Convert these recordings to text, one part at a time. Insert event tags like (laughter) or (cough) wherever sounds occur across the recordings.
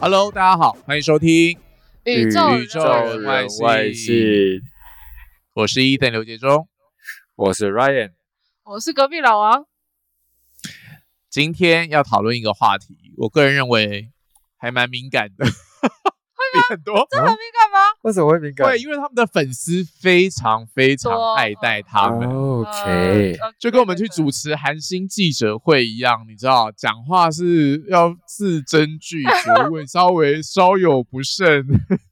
Hello，大家好，欢迎收听宇宙宇宙人外星星，我是伊登刘杰忠。我是 Ryan，我是隔壁老王，今天要讨论一个话题，我个人认为还蛮敏感的， (laughs) 比很多这很敏感吗？为什么会敏感对，因为他们的粉丝非常非常多嗯爱戴他们，啊？OK，呃呃就跟我们去主对持韩星记者会一样，你知道，讲话是要字斟句酌，问稍微稍有不慎，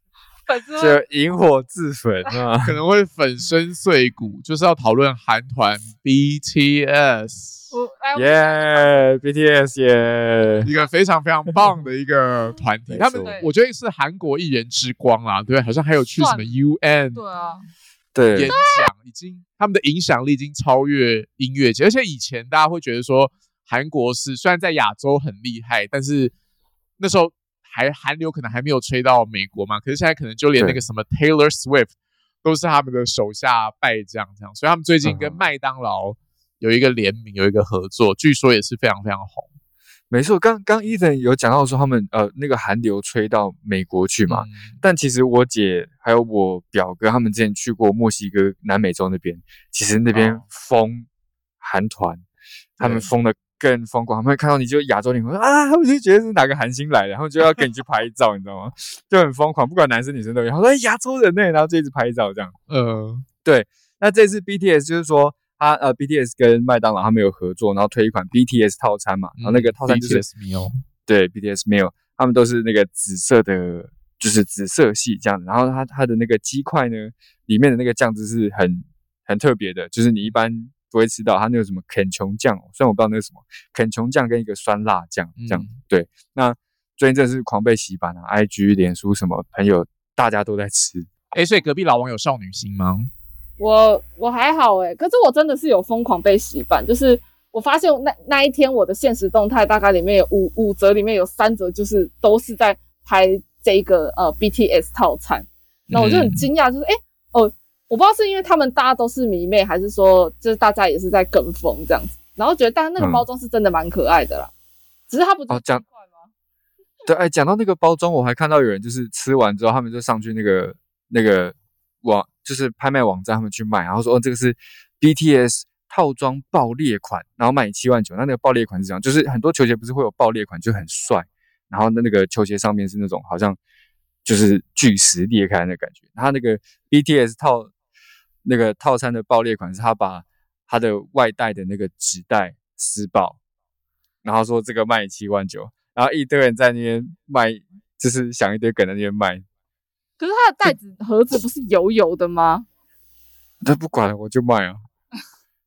(laughs) 对对粉丝会就引火自焚啊！可能会粉身碎骨，就是要讨论韩团 BTS。我哎，我耶，BTS 耶！ (laughs) 一个非常非常棒的一个团体，没他错们对我觉得是韩国艺人之光啦，对，好像还有去什么算 UN 对啊，演 (laughs) 对，嗯讲，已经他们的影响力已经超越音乐节，而且以前大家会觉得说韩国是虽然在亚洲很厉害，但是那时候还韩流可能还没有吹到美国嘛，可是现在可能就连那个对什么 Taylor Swift 都是他们的手下败将这样，所以他们最近跟嗯麦当劳有一个联名，有一个合作，据说也是非常非常红没错。刚刚 Ethan 有讲到说他们呃那个韩流吹到美国去嘛，嗯但其实我姐还有我表哥他们之前去过墨西哥、南美洲那边，其实那边哦疯韩团，他们对疯的更疯狂。他们看到你就亚洲脸孔啊，他们就觉得是哪个韩星来的，然后就要跟你去拍照，你知道吗？就很疯狂，不管男生女生都有。他说哎亚洲人呢、然后就一直拍照这样。呃，那这次 BTS 就是说。他呃，BTS 跟麦当劳他们有合作，然后推一款 BTS 套餐嘛，嗯然后那个套餐就是 BTS meal 对 BTS 没有，他们都是那个紫色的，就是紫色系这样子。然后它它的那个鸡块呢，里面的那个酱汁是很很特别的，就是你一般不会吃到。它那个什么肯琼酱哦，虽然我不知道那是什么，肯琼酱跟一个酸辣酱这样。嗯对，那最近真的是狂被洗版啊，IG、脸书什么朋友大家都在吃。哎，所以隔壁老王有少女心吗？我我还好哎，可是我真的是有疯狂被洗版，就是我发现那那一天我的现实动态大概里面有五五折，里面有三折就是都是在拍这个呃 BTS 套餐，那我就很嗯惊讶，就是哎、诶哦，我不知道是因为他们大家都是迷妹，还是说就是大家也是在跟风这样子，然后觉得但那个嗯包装是真的蛮可爱的啦，只是它不是哦这样鸡块吗？对，哎，讲到那个包装，我还看到有人就是吃完之后，他们就上去那个那个网，就是拍卖网站，他们去卖，然后说，哦，这个是 BTS 套装爆裂款，然后卖你七万九。那那个爆裂款是这样，就是很多球鞋不是会有爆裂款，就很帅，然后那那个球鞋上面是那种好像就是巨石裂开的感觉。它那个 BTS 套那个套餐的爆裂款是他把他的外带的那个纸袋撕爆，然后说这个卖七万九。然后一堆人在那边卖，就是想一堆梗在那边卖。可是它的袋子盒子不是油油的吗？他不管了，我就卖啊。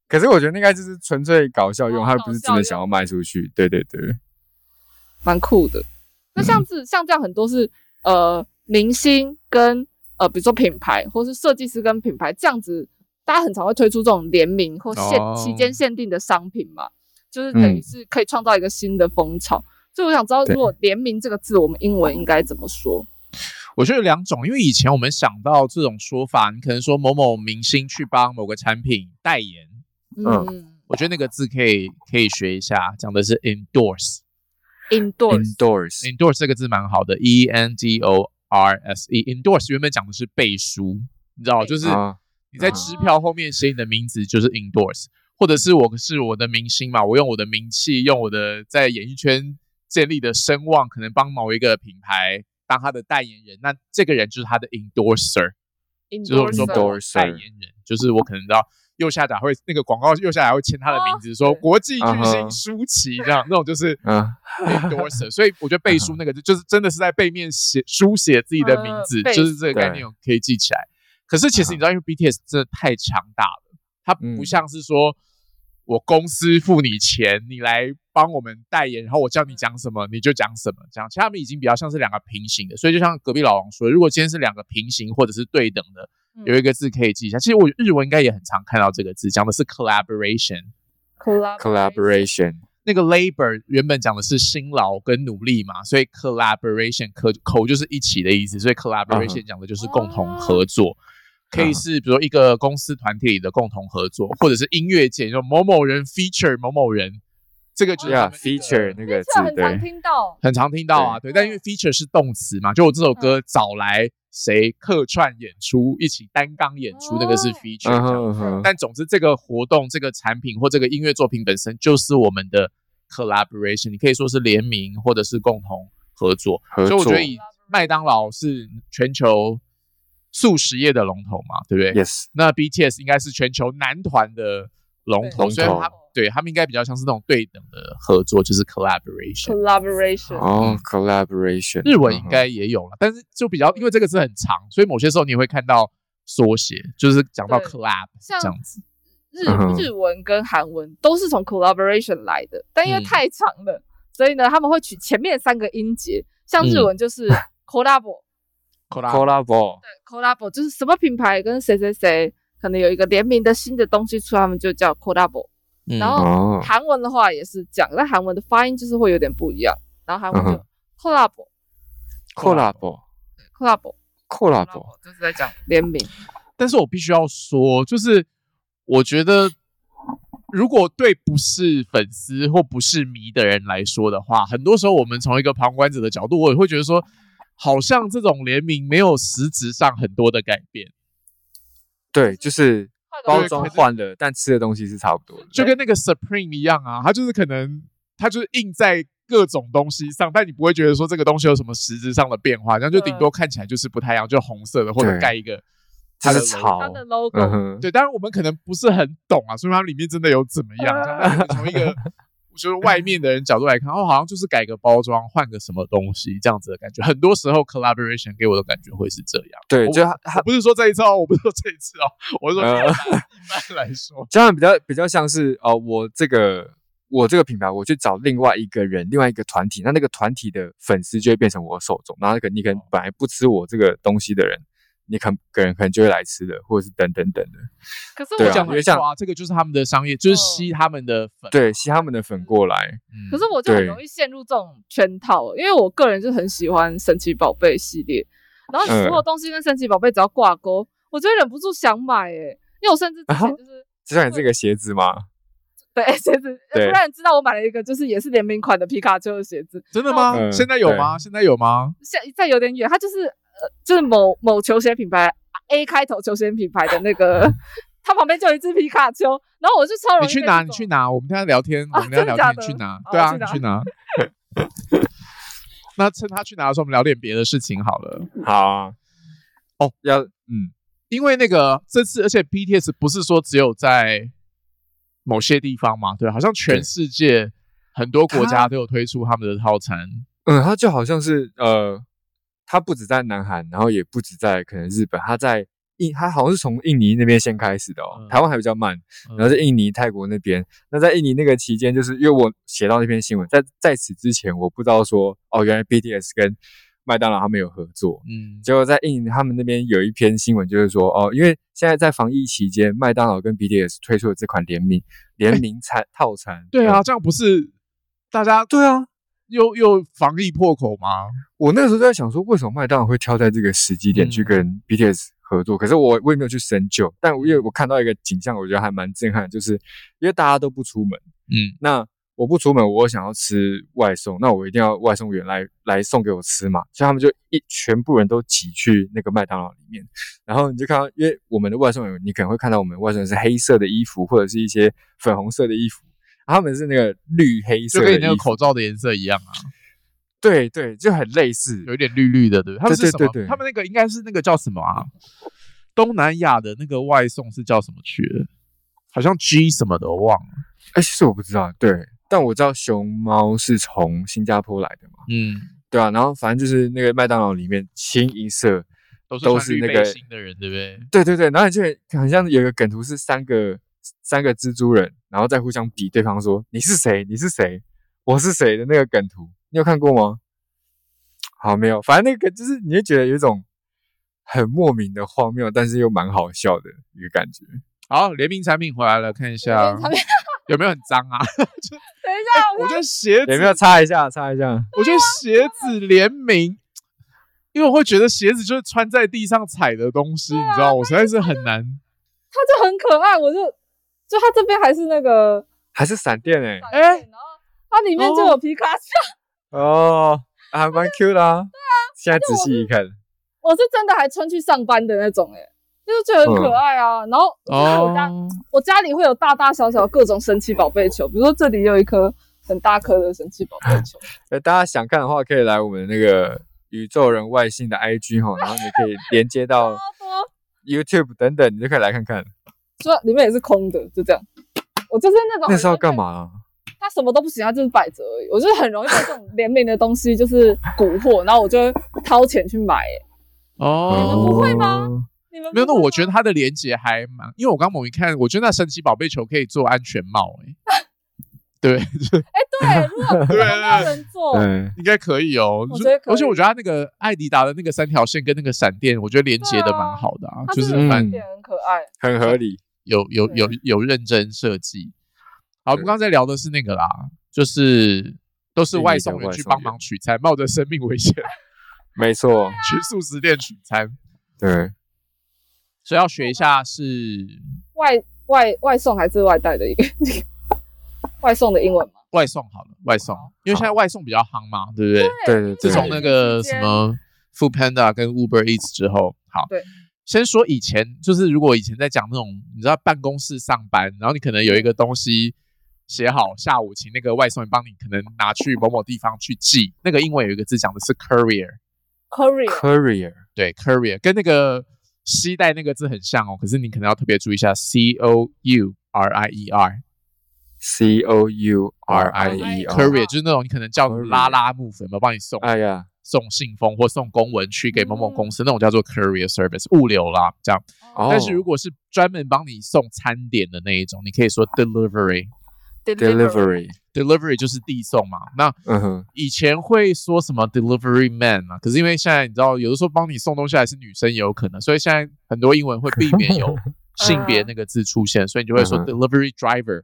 可是我觉得那应该就是纯粹搞笑用，哦他不是真的想要卖出去。对对对，蛮酷的。那像是、像这样很多是呃明星跟呃比如说品牌或是设计师跟品牌这样子，大家很常会推出这种联名或限、哦期间限定的商品嘛，就是等于嗯是可以创造一个新的风潮。所以我想知道，对如果“联名”这个字，我们英文应该怎么说？我觉得有两种，因为以前我们想到这种说法，你可能说某某明星去帮某个产品代言，嗯我觉得那个字可以可以学一下，讲的是 endorse。 ，endorse ，endorse， endorse 这个字蛮好的，e n d o r s e。endorse 原本讲的是背书，你知道，背就是啊你在支票后面写你的名字，就是 endorse，或者是我是我的明星嘛，我用我的名气，用我的在演艺圈建立的声望，可能帮某一个品牌当他的代言人，那这个人就是他的 endorser。就是我们说 endorse endorse 代言人，就是我可能到右下角会那个广告右下角会签他的名字，说对国际巨啊哈星舒淇这样，那种就是啊， endorser。所 (laughs) 以我觉得背嗯书那个就就是真的是在背面写书写自己的名字，呃背就是这个概对念我可以记起来。可是其实你知道，因为 BTS 真的太强大了，它不嗯像是说我公司付你钱，你来帮我们代言，然后我嗯叫你讲什么你就讲什么，这样。其实他们已经比较像是两个平行的，所以就像隔壁老王说，如果今天是两个平行或者是对等的，嗯有一个字可以记一下。其实我日文应该也很常看到这个字，讲的是 collaboration。 ，collaboration，那个 labor 原本讲的是辛劳跟努力嘛，所以 collaboration 口口就是一起的意思，所嗯以 collaboration 讲的就是共同合作，可以是比如说一个公司团体里的共同合作，或者是音乐界，就某某人 feature 某某人，这个就是他呀们一个，feature 那个字这很常对，听到，很常听到啊，对，但因为 feature 是动词嘛，就我这首歌找来谁客串演出，一起单纲演出，那个是哦 feature 嗯这哼样。嗯哼，但总之，这个活动、这个产品或这个音乐作品本身就是我们的 collaboration，你可以说是联名或者是共同合作。合所以我觉作得以麦当劳是全球素食业的龙头嘛，对不对 yes，那 BTS 应该是全球男团的龙头，对所以龙头他对他们应该比较像是那种对等的合作，就是 collaboration。 collaboration，哦，collaboration，嗯日文嗯应哼该也有了，但是就比较因为这个字很长，所以某些时候你会看到缩写，就是讲到对 collab 像这样子。日嗯哼日文跟韩文都是从 collaboration 来的，但因为嗯太长了，所以呢他们会取前面三个音节，嗯像日文就是 collab，、 collab， collab 就是什么品牌跟谁谁谁可能有一个联名的新的东西出来，他们就叫 collab。嗯然后哦，韩文的话也是这样，但韩文的发音就是会有点不一样，然后韩文嗯就 collab collab，collab，collab，哦 collab collab 就是在讲联名，但是我必须要说，就是我觉得，如果对不是粉丝或不是迷的人来说的话，很多时候我们从一个旁观者的角度，我也会觉得说，好像这种联名没有实质上很多的改变，对，就是换个包人装可是换了，但吃的东西是差不多的，就跟那个 Supreme 一样啊，它就是可能它就是印在各种东西上，但你不会觉得说这个东西有什么实质上的变化，然后就顶多看起来就是不太一样，就红色的或者对盖一个它这的是 logo 草它，的 logo，、嗯哼，对，当然我们可能不是很懂啊，所以它里面真的有怎么样？这样但 (laughs) 是从一个就是外面的人角度来看，哦，好像就是改个包装，换个什么东西这样子的感觉。很多时候 collaboration 给我的感觉会是这样。对，我就它它我不是说这一次哦，我不是说这一次哦，我是说呃 (laughs) 一般来说，这样比较比较像是哦，呃我这个我这个品牌，我去找另外一个人，另外一个团体，那那个团体的粉丝就会变成我受众，然后那个你可能本来不吃我这个东西的人，你可能可能可能就会来吃的，或者是等等等的，可是我对啊讲因没为错像啊，这个就是他们的商业，就是嗯吸他们的粉。对，吸他们的粉过来，嗯，可是我就很对容易陷入这种圈套，因为我个人就很喜欢神奇宝贝系列，然后嗯所有东西跟神奇宝贝只要挂钩，我就会忍不住想买诶、因为我甚至啊之前就是、就像你这个鞋子嘛，对 (laughs) 鞋子，对突然知道我买了一个就是也是联名款的皮卡丘的鞋子，真的吗？嗯现在有吗？现在有吗？现在有点远，它就是呃就是某某球鞋品牌 A 开头球鞋品牌的那个， (laughs) 它旁边就有一只皮卡丘，然后我就 (laughs) 超容易你去被拿，这你种去拿，我们现在聊天，我啊们现在聊真的假天，的你去拿好，对啊，我去你拿去拿。 (laughs) 那趁他去拿的时候，我们聊点别的事情好了。好啊，哦，要嗯，因为那个这次，而且 BTS 不是说只有在某些地方嘛，对吧，好像全对世界很多国家啊它都有推出他们的套餐。嗯，它就好像是呃，它不止在南韩，然后也不止在可能日本，它在印，它好像是从印尼那边先开始的哦，嗯台湾还比较慢，嗯然后在印尼、泰国那边。那在印尼那个期间，就是因为我写到那篇新闻，在在此之前我不知道说哦，原来 BTS 跟麦当劳他们有合作。嗯，结果在印尼他们那边有一篇新闻，就是说哦，因为现在在防疫期间，麦当劳跟 BTS 推出了这款联名联名餐、套餐。对啊，，这样不是大家对啊，又又防疫破口吗？我那个时候在想说，为什么麦当劳会挑在这个时机点去嗯跟 BTS 合作？可是我我也没有去深究，但我因为我看到一个景象，我觉得还蛮震撼的，就是因为大家都不出门，嗯，那我不出门，我想要吃外送，那我一定要外送员来来送给我吃嘛，所以他们就一全部人都挤去那个麦当劳里面，然后你就看到，因为我们的外送员，你可能会看到我们外送员是黑色的衣服或者是一些粉红色的衣服，他们是那个绿黑色就的跟你衣那个服，口罩的颜色一样啊，对对，就很类似，有一点绿绿的，对不对？他们是对什对么对？对他们那个应该是那个叫什么啊？东南亚的那个外送是叫什么去了？好像 G 什么的，我忘了。哎、其实我不知道，对，但我知道熊猫是从新加坡来的嘛，嗯，对啊，然后反正就是那个麦当劳里面清一色，都是都穿是绿那背个心的人，对不对？对对对，然后你就很很像有一个梗图是三个三个蜘蛛人，然后再互相比对方说你是谁，你是谁，我是谁的那个梗图，你有看过吗？好，没有，反正那个就是你会觉得有一种很莫名的荒谬，但是又蛮好笑的一个感觉。好，联名产品回来了，看一联下名产品有没有很脏啊？等一下， (laughs) 我觉得鞋子有没有擦一下，擦一下？我觉得鞋子联名，因为我会觉得鞋子就是穿在地上踩的东西，你知道，我实在是很难。它就很可爱，我就就它这边还是那个还是闪电哎、哎，然后它啊里面就有皮卡丘。哦，啊， (laughs) 蛮 Q 的啊。对啊，现在仔细一看，我是真的还穿去上班的那种、欸，哎，就是觉得很可爱啊。然后我家、哦，我家里会有大大小小各种神奇宝贝球，比如说这里有一颗很大颗的神奇宝贝 (laughs) 球，呃，大家想看的话，可以来我们那个宇宙人外星的 IG 哈，然后你 (laughs) 可以连接到超多，哦 YouTube 等等，你就可以来看看。就里面也是空的，就这样。我就是那种那是要干？嘛啊？他什么都不行，他就是摆着而已。我就是很容易被这种联名的东西就是蛊惑，然后我就会掏钱去买、欸。哦，不会吗？你们 (laughs) 不没有，那会我吗觉得它的连接还蛮，因为我刚猛一看，我觉得那神奇宝贝球可以做安全帽、欸，对，哎、对，如果 (laughs) 对如果没有人做，对，应该可以哦。我觉得可以而且我觉得它那个艾迪达的那个三条线跟那个闪电，我觉得连接的蛮好的啊，它就是真的蛮有点很可爱。很合理。有有有有认真设计。好，我们刚才聊的是那个啦，就是都是外送员去帮忙取餐，冒着生命危险 (laughs) 没错，去素食店取餐，对，所以要学一下是外外外送还是外带的一个外送的英文吗？外送好了，外送，因为现在外送比较夯嘛，对不对？对对对自从那个什么 Food Panda 跟 Uber Eats 之后，好，对，先说以前，就是如果以前在讲那种，你知道办公室上班，然后你可能有一个东西写好，下午请那个外送员帮你，可能拿去某某地方去寄。那个英文有一个字讲的是 courier， courier ，courier，对，courier 跟那个西带那个字很像哦，可是你可能要特别注意一下，c o u r i e r。 C O U R I E 哦 R。 courier 就是那种你可能叫 courier 拉拉木粉，有没有帮你送？哎呀，送信封或送公文去给某某公司，那种叫做 courier service 物流啦，这样。哦但是如果是专门帮你送餐点的那一种，你可以说 delivery。 delivery， delivery 就是递送嘛。那嗯哼，以前会说什么 delivery man 啊，可是因为现在你知道，有的时候帮你送东西还是女生也有可能，所以现在很多英文会避免 (laughs) 有性别那个字出现，所以你就会说嗯哼 delivery driver，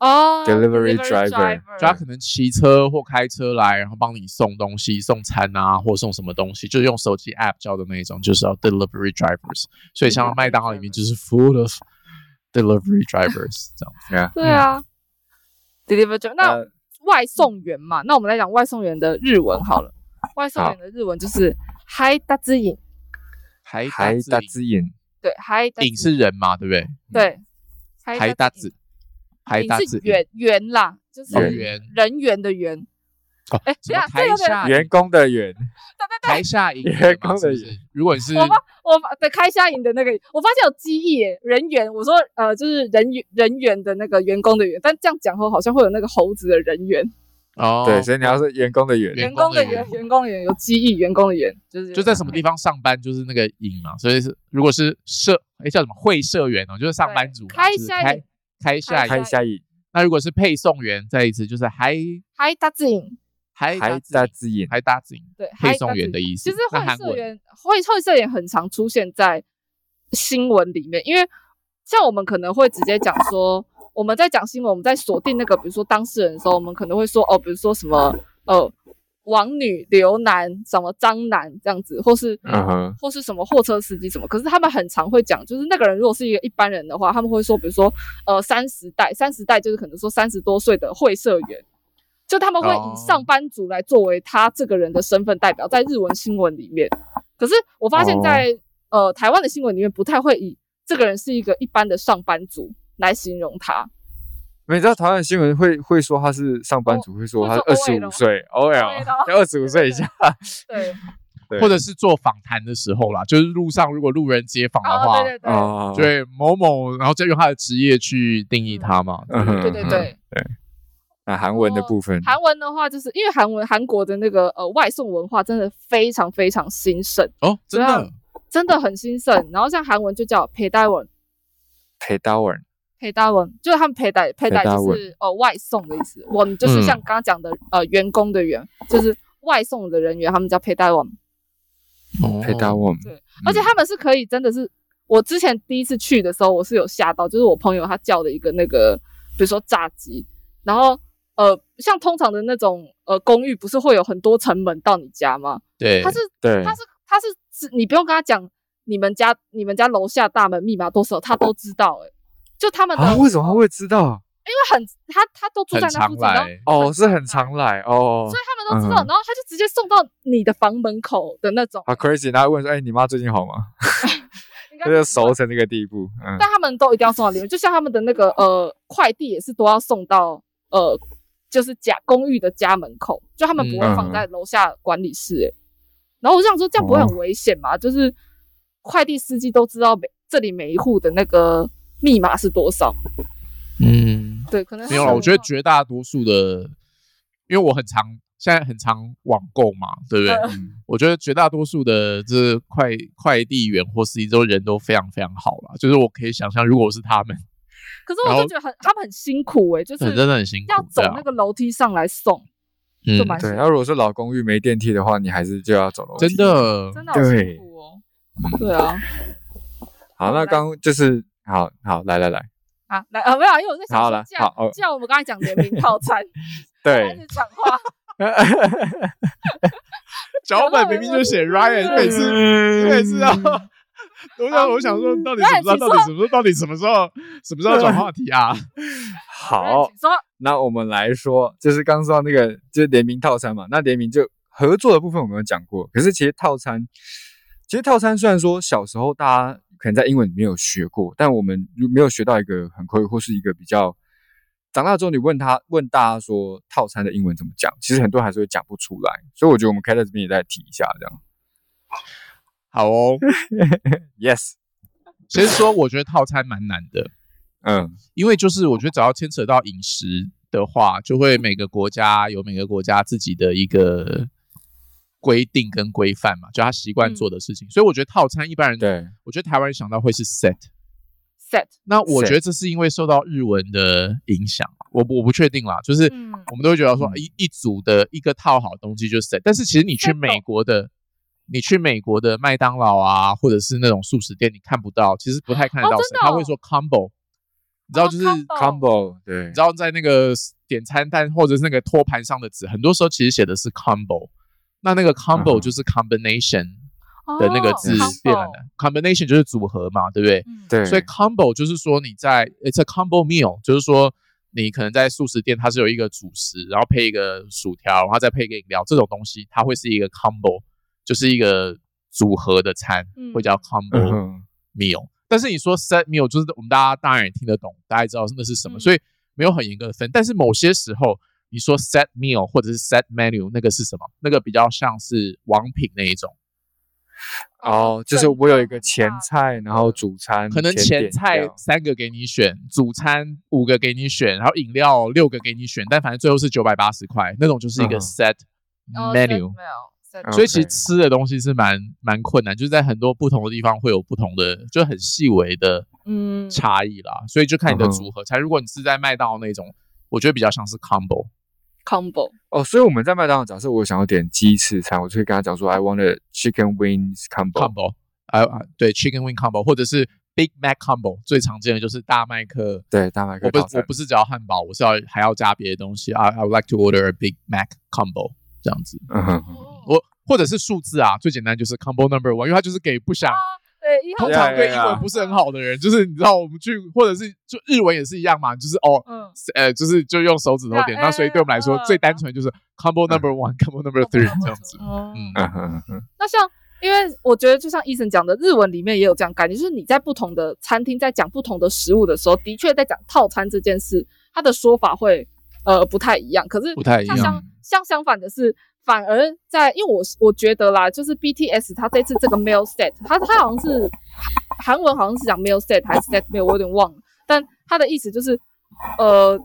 哦 Delivery driver 就他嗯可能骑车或开车来，然后帮你送东西、送餐啊，或送什么东西，就是用手机 app 叫的那一种，就是要 delivery drivers。所以像麦当劳里面就是 full of delivery drivers 这样子。对啊，对啊，deliver driver。那呃外送员嘛，那我们来讲外送员的日文好了。外送员的日文就是嗨大之影，海海大子之眼，对，嗨大之影是人嘛，对嗯不对？对，嗨海大子，海大影子是圆圆啦，就是哦圆圆人员的圆。哦哎，什等一么台下，这有点下员工的员，台下影员工是的不是？如果你是我发我发对开虾营的那个，我发现有机翼耶，人员，我说呃就是人员人员的那个员工的员，但这样讲后好像会有那个猴子的人员，哦，对，所以你要是员工的员，员员工工的的员员，员工的员有机翼，员工的员就是就在什么地方上班就是那个影嘛，所以是如果是社哎叫什么会社员哦，就是上班族嘛，对开就是下开影开下开影。海下影，那如果是配送员，再一次就是还嗨大自影，还海大之眼，还搭子影对，配嗨送员的意思。其实那会韩社文员会会社员很常出现在新闻里面，因为像我们可能会直接讲说，我们在讲新闻，我们在锁定那个比如说当事人的时候，我们可能会说哦，比如说什么呃王女、刘男、什么张男这样子，或是嗯哼，或是什么货车司机什么，可是他们很常会讲，就是那个人如果是一个一般人的话，他们会说，比如说呃三十代，三十代就是可能说三十多岁的会社员，就他们会哦以上班族来作为他这个人的身份代表，在日文新闻里面。可是我发现哦在，呃台湾的新闻里面，不太会以这个人是一个一般的上班族来形容他。你知道台湾的新闻会会说他是上班哦族，会说他是二十会说五岁 OL， OL 要二十五岁以下，对，哦对或者是做访谈的时候啦，就是路上如果路人接访的啊、话，对对对，哦，对某某，然后再用他的职业去定义他嘛。嗯哼，对对对。那哦韩文的部分，韩文的话，就是因为韩文韩国的那个呃外送文化真的非常非常兴盛，哦，真对啊的真的很兴盛。然后像韩文就叫陪带文，陪刀文，陪带文就是他们陪带陪带陪带就文是呃外送的意思。我们就是嗯像刚刚讲的、呃员工的员，就是外送的人员，他们叫陪带文。嗯陪刀文，对而且他们是可以真的是，我之前第一次去的时候，我是有吓到，就是我朋友他叫的一个那个，比如说炸鸡，然后呃像通常的那种呃公寓不是会有很多层门到你家吗？对他，是对他是他是是你不用跟他讲你们家你们家楼下大门密码多少，他都知道哎、欸就他们的、啊，为什么他会知道？因为很他他都住很在那常附近，然后来。哦，是很常来哦所，以他们都知道，嗯然后他就直接送到你的房门口的那种，好 crazy。然后问说：“哎，你妈最近好吗？”应该他就熟成这个地步，嗯，但他们都一定要送到里面，就像他们的那个呃快递也是都要送到呃就是家公寓的家门口，就他们不会嗯放在楼下管理室、欸。然后我就想说，这样不会很危险吗？就是快递司机都知道每这里每一户的那个密码是多少，嗯，对，可能没有了，了，我觉得绝大多数的，因为我很常现在很常网购嘛，对不对？嗯嗯我觉得绝大多数的这快快递员或司机都人都非常非常好啦，就是我可以想象，如果我是他们，可是我然就后觉得很他们很辛苦哎、就是很真的很辛苦，要走对啊那个楼梯上来送，就蛮嗯，辛对。苦然后如果是老公寓没电梯的话，你还是就要走楼梯。真的，真的好辛苦哦。对啊，好，那刚就是好好来来来，啊，来啊，没有，因为我在想好说，了既然好哦既然我们刚才讲联 (laughs) 名套餐，开对始，讲话，脚本明明就写 Ryan，每次每嗯次啊，我想我想说，到底什么时候？到底什么时候？到底什么时候？什么时候转话题啊？ (laughs) 好请，说那我们来说，就是刚说到那个就是联名套餐嘛，那联名就合作的部分我们有讲过，可是其实套餐，其实套餐虽然说小时候大家可能在英文里面有学过，但我们如没有学到一个很口语或是一个比较。长大之后，你问他问大家说套餐的英文怎么讲，其实很多人还是会讲不出来，所以我觉得我们可以在这边也再提一下，这样。好哦， Yes，先说，我觉得套餐蛮难的，嗯因为就是我觉得只要牵扯到饮食的话，就会每个国家有每个国家自己的一个规定跟规范嘛，就他习嗯惯做的事情。所以我觉得套餐一般人，对，我觉得台湾人想到会是 set。 set，那我觉得这是因为受到日文的影响，我不我不确定啦，就是嗯我们都会觉得说嗯一一组的一个套好的东西就是 set，但是其实你去 set 美国的。你去美国的麦当劳啊，或者是那种素食店，你看不到，其实不太看得哦到 set，、真的他哦会说 combo，你知道就是、 combo combo，对，你知道在那个点餐单或者是那个托盘上的纸，很多时候其实写的是 combo，那那个 combo 嗯就是 combination 的那个字哦变了的、combination 就是组合嘛，对不对？对，对，所以 combo 就是说你在 it's a combo meal，就是说你可能在素食店它是有一个主食，然后配一个薯条，然后再配一个饮料，这种东西它会是一个 combo，就是一个组合的餐，嗯会叫嗯 combo 哼 meal。但是你说 set meal，就是我们大家当然也听得懂，大家也知道那是什么，嗯所以没有很严格的分。但是某些时候你说 set meal 或者是 set menu，那个是什么？那个比较像是王品那一种。哦，就是我有一个前菜，然后主餐，可能甜前点菜料三个给你选，主餐五个给你选，然后饮料六个给你选，但反正最后是九百八十块，那种就是一个嗯 set menu，、哦 set 没有 set 嗯所以其实 OK 吃的东西是蛮蛮困难，就是在很多不同的地方会有不同的，就很细微的嗯差异啦，所以就看你的嗯哼组合餐。如果你是在麦当劳那种，我觉得比较像是 combo， combo，哦，所以我们在麦当劳，假设我想要点鸡翅餐，我就会跟他讲说，I want a chicken wings combo。 combo，啊、啊对，chicken wing combo，或者是 Big Mac combo，最常见的就是大麦克。对，大麦克我不套我餐不是只要汉堡，我是要还要加别的东西。I I would like to order a Big Mac combo 这样子，嗯哼，哦我或者是数字啊，最简单就是 combo number one，因为它就是给不啊想对，一号通常对呀英呀呀文不是很好的人，就是你知道我们去或者是就日文也是一样嘛，就是哦。嗯呃，就是就用手指头点，呀那所以对我们来说啊嗯最单纯就是 combo number one，combo number three 这样 (laughs) 子。哦嗯，嗯哼嗯哼，那像。因为我觉得，就像医生讲的，日文里面也有这样概念，就是你在不同的餐厅在讲不同的食物的时候，的确在讲套餐这件事，它的说法会呃不太一样。可是不太一像样。相相相反的是，反而在因为我我觉得啦，就是 BTS 它这次这个 mail set，它它好像是韩文好像是讲 mail set 还是 set mail，我有点忘了，但它的意思就是呃。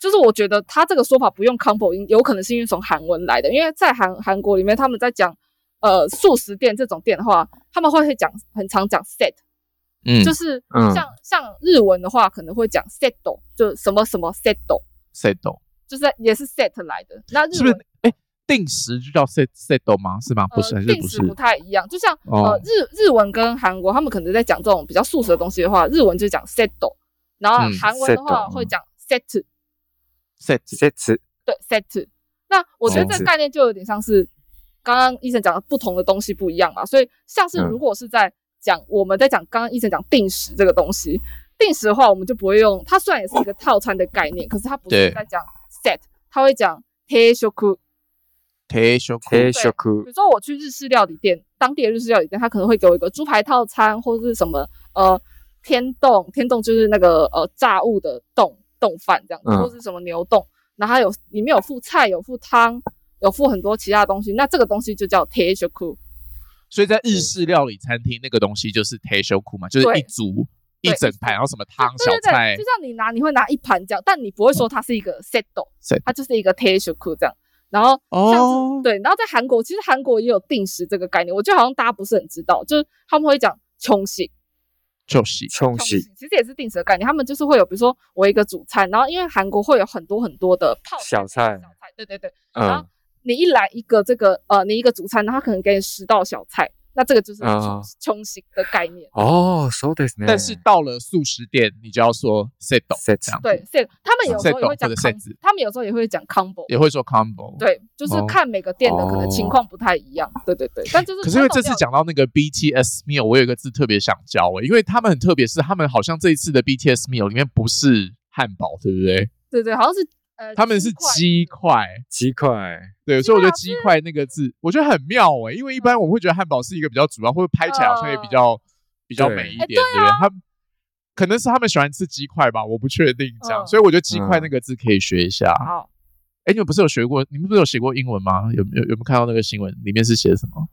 就是我觉得它这个说法不用 combo，有可能是因为从韩文来的，因为在韩韩国里面，他们在讲呃素食店这种店的话，他们会会讲很常讲 set，嗯就是嗯像、像日文的话，可能会讲 set，就什么什么 set， ，settle 就是也是 set 来的。那日是不文是？哎，定时就叫 set settle 吗？是吗？不是，还呃，是定不是时？不太一样。就像、哦呃日日文跟韩国，他们可能在讲这种比较素食的东西的话，日文就讲 settle，然后嗯韩文的话 settle，嗯会讲 set，、 set 这次对 set。那我觉得这个哦概念就有点像是刚刚医生讲的不同的东西不一样嘛，所以像是嗯如果是在讲、我们在讲刚刚医生讲定时这个东西，定时化我们就不会用，它虽然也是一个套餐的概念，可是它不是对在讲 set，它会讲 te shoku。退休库嘿，小酷比如说我去日式料理店，当地的日式料理店，它可能会给我一个猪排套餐或者是什么呃天冻，天冻就是那个呃炸物的冻冻饭这样子，嗯或是什么牛冻，然后它有里面有附菜，有附汤，有附很多其他东西，那这个东西就叫 te shoku。所以在日式料理餐厅那个东西就是退休库嘛，就是对一组一对整盘，然后什么汤、对小对对，菜就，像你拿，你会拿一盘这样，但你不会说它是一个 set， set 它就是一个 t e s h u 这样。然后像是、哦对，然后在韩国，其实韩国也有定时这个概念，我觉得好像大家不是很知道，就是他们会讲穷喜，就是冲穷洗喜其实也是定时的概念，他们就是会有，比如说我一个主餐，然后因为韩国会有很多很多的泡小菜小菜，对对对，然嗯后，你一来一个这个呃，你一个主餐，然后他可能给你十道小菜，那这个就是啊穷穷喜的概念。哦，so this 呢？但是到了素食店，你就要说 set 塞这样子，对，set 他们有时候也会讲或者 com- 啊 set 他们有时候也会讲 combo，也会说 combo。，对，就是哦看每个店的可能情况不太一样，对对对。但就是可是因为这次传统料理讲到那个 BTS meal，我有一个字特别想教欸诶、因为他们很特别，是他们好像这一次的 BTS meal 里面不是汉堡，对不对？对对，好像是呃，他们是鸡鸡块块，鸡块，对，鸡所以我觉得块嗯鸡块那个字，我觉得很妙诶、因为一般我们会觉得汉堡是一个比较主要，或者拍起来好像也比较、比较美一点，哎对不对？他们可能是他们喜欢吃鸡块吧，我不确定这样，嗯所以我觉得鸡块那个字可以学一下。好，哎、你们不是有学过？你们不是有写过英文吗？有有有没有看到那个新闻？里面是写什么？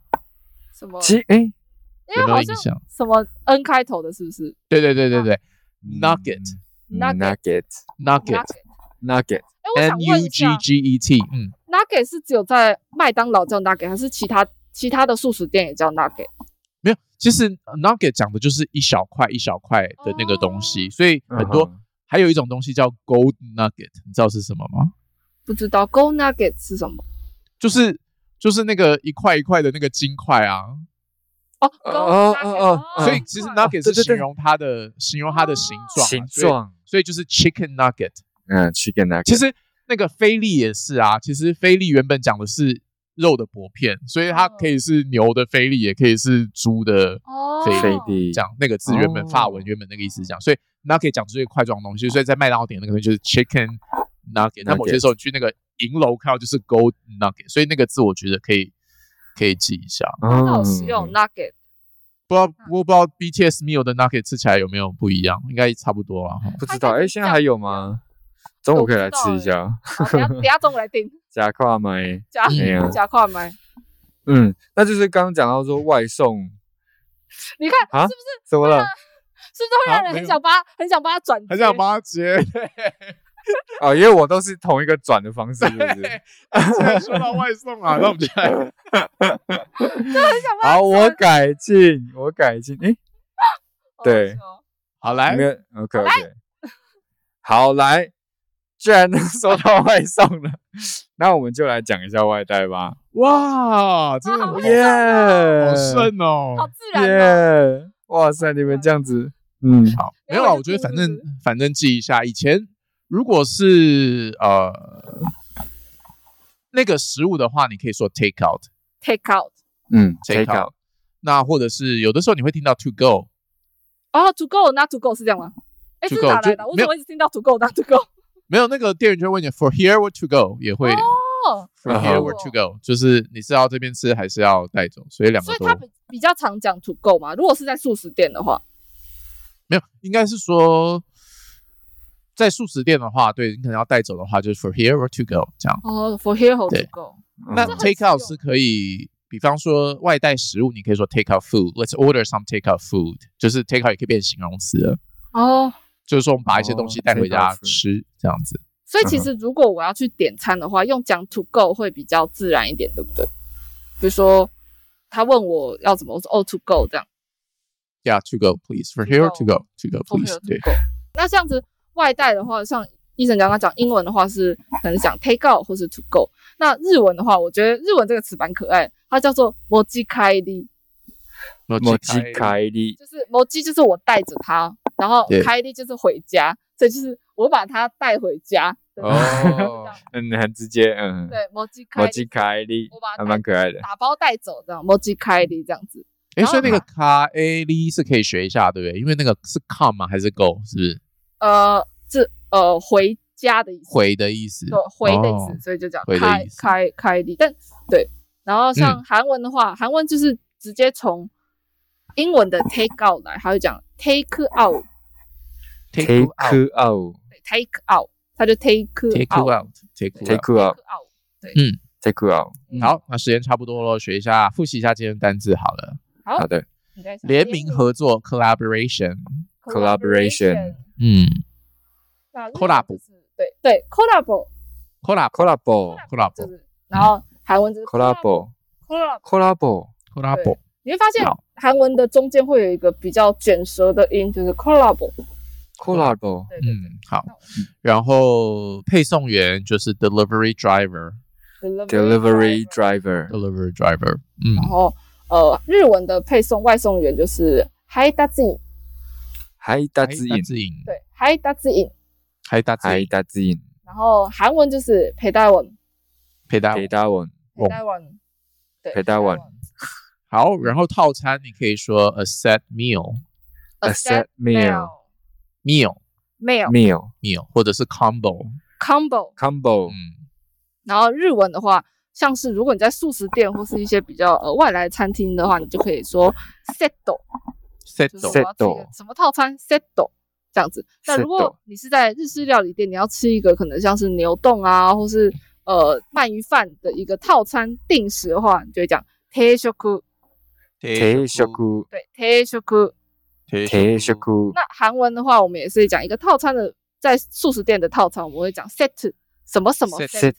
什么？鸡哎因有为没有好印像嗯象？什么 N 开头的，是不是对对对对对，nugget Nugget nugget ，nugget Nugget？嗯 nugget，哎，我 N 想问 U 一 G 下 G E T，嗯， ，Nugget 是只有在麦当劳叫 Nugget，还是其他其他的素食店也叫 Nugget？没有。其实 nugget 讲的就是一小块一小块的那个东西，哦所以很多、嗯哼还有一种东西叫 gold nugget，你知道是什么吗？不知道 Go Nugget 是什么？就是就是那个一块一块的那个金块啊，哦，Go 哦哦 Nugget，哦嗯所以其实怪 nugget 对是对形对容它的形容它的形状嘛，啊形所以，状，所以就是 chicken nugget。嗯，chicken nugget，其实那个菲力也是啊，其实菲力原本讲的是肉的薄片，所以它嗯可以是牛的菲力，也可以是猪的哦，飞飞地这样。那个字原本哦法文原本那个意思是这样，所以那可以讲出这个块状的东西。所以在麦当劳点那个东西就是 chicken nugget，那某些时候你去那个银楼看到就是 gold nugget，所以那个字我觉得可以可以记一下。嗯那好实嗯用 Nugget。不知嗯道我不知道 BTS meal 的 nugget 吃起来有没有不一样，应该差不多啊。不知道，哎，现在还有吗？中午可以来吃一下，好， (laughs) 等下等下中午来订假跨麦。加哎呀 (laughs) 加快买。嗯，那就是刚刚讲到说外送你看啊是不是怎么了是不是会让啊人没很有想把它很想把它转接？很想帮他 (laughs) 接， (laughs) 啊？因为我都是同一个转的方式，是不是？既然说到外送啊，那我们就来很想把它好，我改进，我改进。哎，对 (laughs) 哦好来没有，OK OK。好，来，既 (laughs) 然收到外送了，那我们就来讲一下外带吧。哇，真的好好耶，好顺哦。好自然哦。耶！哇塞，你们这样子，嗯，好，没没有有啦，啦我觉得就嗯反是正反正记一下，以前如果是呃那个食物的话，你可以说 take out Take out，嗯 take out，那或者是有的时候你会听到 to go 哦，to go，那 to go 是这样吗？哎， To 这是 go，哪来的？就我没怎有么一直听到 to go，那 to go？没有那个店员就会问你 for here or to go 也会哦， for 啊 here 哈 or to go，就是你是要这边吃还是要带走，所以两所个以都他比比较常讲 to go 嘛。如果是在素食店的话，没有，应该是说。在素食店的话，对你可能要带走的话，就是 for here or to go 这样。哦，for here or 对 to go，嗯那这很 take 实 out 用是可以，比方说外带食物，你可以说 take out food，let's order some take out food，就是 take out 也可以变形容词了，哦。就是说我们把一些东西带回家哦，take out food 吃这样子。所以其实如果我要去点餐的话，用讲 to go 会比较自然一点，对不对？比如说他问我要怎么，我说哦 to go 这样。 Yeah, to go please. For To here go to go, to go 都没 please. 有嗯对听，过。那这样子外带的话，像医生刚刚讲英文的话是可能讲 take out 或是 to go。那日文的话，我觉得日文这个词蛮可爱的，它叫做 moji kai i 莫吉凯利，就是 moji 就是我带着它，然后对 kai i 就是回家，所以就是我把它带回家。对 (laughs) 哦，嗯，很直接，嗯，对 moji 莫 kai 吉 i 凯利我把，它还蛮可爱的。打包带走这样 moji kai i 这样子。哎，然后所以那个卡 A L 是可以学一下，对不对？因为那个是 come 吗？还是 go？是不是呃，这呃回家的意思，回的意思？对回的意思，哦所以就叫回的开意思开开的。但对，然后像嗯韩文的话，韩文就是直接从英文的 take out 来，它会讲 take out Take out, out，take take out，它就 take take out out, take out。 out，take out。 out。嗯好，那时间差不多了，学一下，复习一下今天的单字好了。好好的，你在想联名合作 collaboration， collaboration 嗯那日文 collab 就是对对 collab ，collab collab 就是，然后韩文就是 collabo，collabo，collabo，collabo， collab。你会发现好韩文的中间会有一个比较卷舌的音，就是 collab。嗯，对对好那我。然后配送员就是 delivery driver，delivery 对 delivery driver， driver。嗯然后呃，日文的配送外送员就是配達員，海达之音，自影，对，配達員。还大自海影，达之音，然后韩文就是배달文，陪大陪达文， 배달文，对， 배달 원 원 好。然后套餐你可以说 a set meal A set meal meal meal meal meal，或者是 combo。 combo。 combo 嗯，然后日文的话，像是如果你在素食店或是一些比较呃外来餐厅的话，你就可以说 set 就 set 是我要吃一个 Setto 什么套餐 set 这样子。那如果 Setto 你是在日式料理店，你要吃一个可能像是牛冻啊，或是呃鳗鱼饭的一个套餐定时的话，你就会讲 t e s h o k u 定食对 t e s h o k u 定食那韩文的话，我们也是讲一个套餐的，在素食店的套餐，我们会讲 set 什么什么 Set set。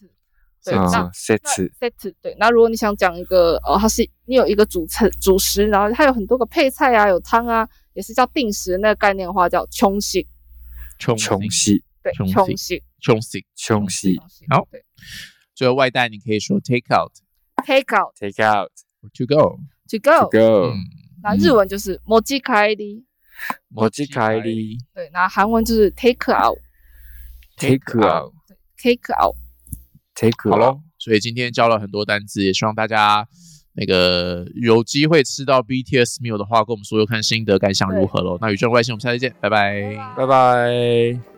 对，那啊，set set 对，那如果你想讲一个呃，它是你有一个主菜主食，然后它有很多个配菜啊，有汤啊，也是叫定食那个概念的话叫穷食，穷穷西对，穷穷食食，穷西。穷西穷食好对最后外带你可以说 take out ，take out take out or to go。 to to go， go 嗯，那日文就是持ち帰り，持ち帰り对，那韩文就是 take out，take take out out， take 好 out 咯，所以今天教了很多单字，也希望大家那个有机会吃到 BTS 哎 meal 的话，跟我们说说看心得感想如何咯。那宇宙外星，我们下次见，拜拜拜拜拜拜。